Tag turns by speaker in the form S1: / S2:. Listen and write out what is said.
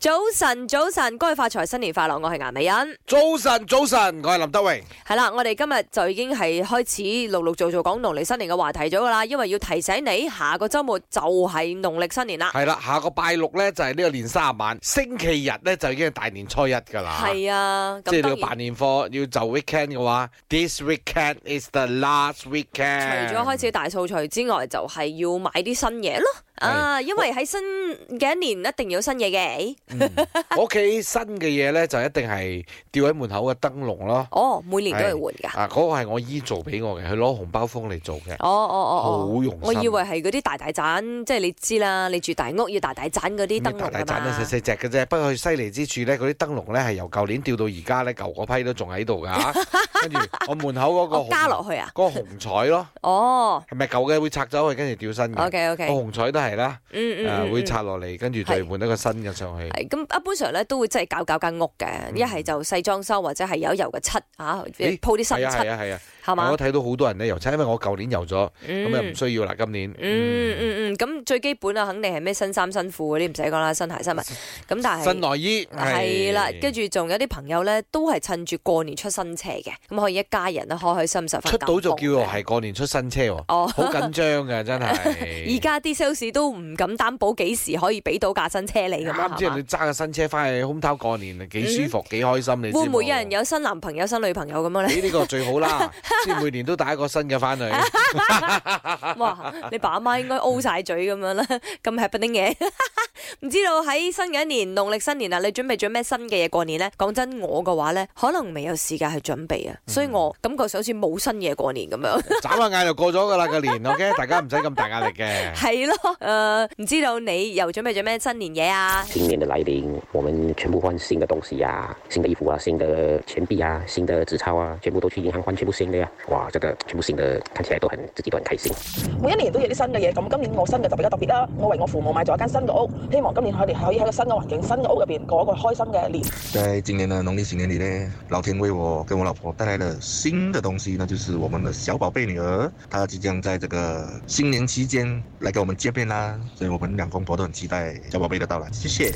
S1: 早晨，早晨，恭喜發財，新年快樂！我係顏美欣。
S2: 早晨，早晨，我係林德榮。
S1: 係啦，我哋今日就已經係開始陸陸續續講農曆新年嘅話題咗噶啦，因為要提醒你，下個週末就係農曆新年啦。
S2: 係啦，下個拜六咧就係呢個年卅晚，星期日咧就已經係大年初一㗎啦。
S1: 係啊，
S2: 即
S1: 咁
S2: 係你
S1: 當
S2: 要
S1: 然
S2: 辦年貨，要就 weekend 嘅話，this weekend is the last
S1: 除
S2: weekend。
S1: 咗開始大掃除之外，就係要買啲新嘢咯。啊，因為喺新嘅一年一定要有新嘢嘅。
S2: 嗯我屋企新嘅嘢咧就一定係吊喺門口嘅燈籠咯。
S1: 哦，每年都要換㗎。
S2: 啊，嗰個係我姨做俾我嘅，佢攞紅包封嚟做嘅，
S1: 哦哦哦
S2: 好
S1: 哦。
S2: 用心。
S1: 我以為係嗰啲大大盞，即係你知啦，你住大屋要大大盞嗰啲燈
S2: 咩
S1: 籠
S2: 大大
S1: 㗎
S2: 盞咧
S1: 嘛
S2: 細細隻嘅啫，不過佢犀利之處咧，嗰啲燈籠咧係由舊年吊到而家咧，舊嗰批都仲喺度㗎。 跟住我門口嗰個
S1: 我
S2: 紅
S1: 加落去啊。
S2: 嗰個紅彩咯，
S1: 哦
S2: 係咪舊嘅會拆走去，跟住吊新嘅？
S1: ，OK
S2: 個
S1: OK，
S2: 紅彩都係啦，
S1: 嗯嗯嗯，
S2: 誒哦啊會
S1: 嗯
S2: 拆落嚟，跟住再
S1: 係
S2: 換一個新嘅上去。
S1: 係咁，一般上咧都會真係搞搞間屋嘅，一係就細裝修或者係有油嘅漆啊，
S2: 嗯咦
S1: 鋪啲新
S2: 係啊係
S1: 漆
S2: 啊係啊！
S1: 係嘛
S2: 我，睇到好多人咧油漆，因為我舊年油咗，咁又唔
S1: 嗯
S2: 需要啦。今年
S1: 嗯嗯嗯，咁最基本啊，肯定係咩新衫新褲嗰啲唔使講啦，新鞋新襪咁，但係。
S2: 新內衣
S1: 係啦，跟
S2: 住
S1: 住仲有啲朋友咧，都係趁住過年出新車嘅，咁可以一家人咧開開心心翻
S2: 出到就叫做係過年出新 車喎，
S1: 哦，
S2: 好緊張㗎真係。
S1: 而家啲 sales 都唔敢擔保幾時可以俾到架新車你咁啊
S2: 啱，即
S1: 係
S2: 係
S1: 嘛
S2: 你揸個新車翻去 home town 過年，幾舒服幾開心，你知
S1: 會唔會有
S2: 冇
S1: 人有新男朋友新女朋友咁樣咧？
S2: 你呢個 最好啦，即係每年都帶一個新嘅翻去。
S1: 哇！你爸媽應該 O 晒嘴咁樣啦， 咁 happening 嘅。 唔知道喺新嘅一年，農曆新年啊，你準備咗咩新嘅嘢過年呢？講真，我嘅話呢，可能未有時間去準備啊，所以我感覺上好似冇新嘢過年咁樣。
S2: 眨下眼就過咗㗎啦個年，OK，大家唔使咁大壓力嘅。
S1: 係咯，诶、唔知道你又準備咗咩新年嘢啊？
S3: 新年的来临，我们全部换新的东西呀、新的衣服啊，新的钱币啊，新的纸钞啊，全部都去银行换，全部新的呀、哇，这个全部新的，看起来都很自己都很开心。
S4: 每一年都有啲新嘅嘢，咁今年我新嘅就比較特別啦。我為我父母買咗一間新嘅屋，希望今年佢哋可以喺個新嘅環境、新嘅屋入邊過一個開心嘅年。
S5: 在今年的农历新年里呢，老天为我跟我老婆带来了新的东西呢，就是我们的小宝贝女儿，她即将在这个新年期间来跟我们见面啦，所以我们两公婆都很期待小宝贝的到来。谢谢。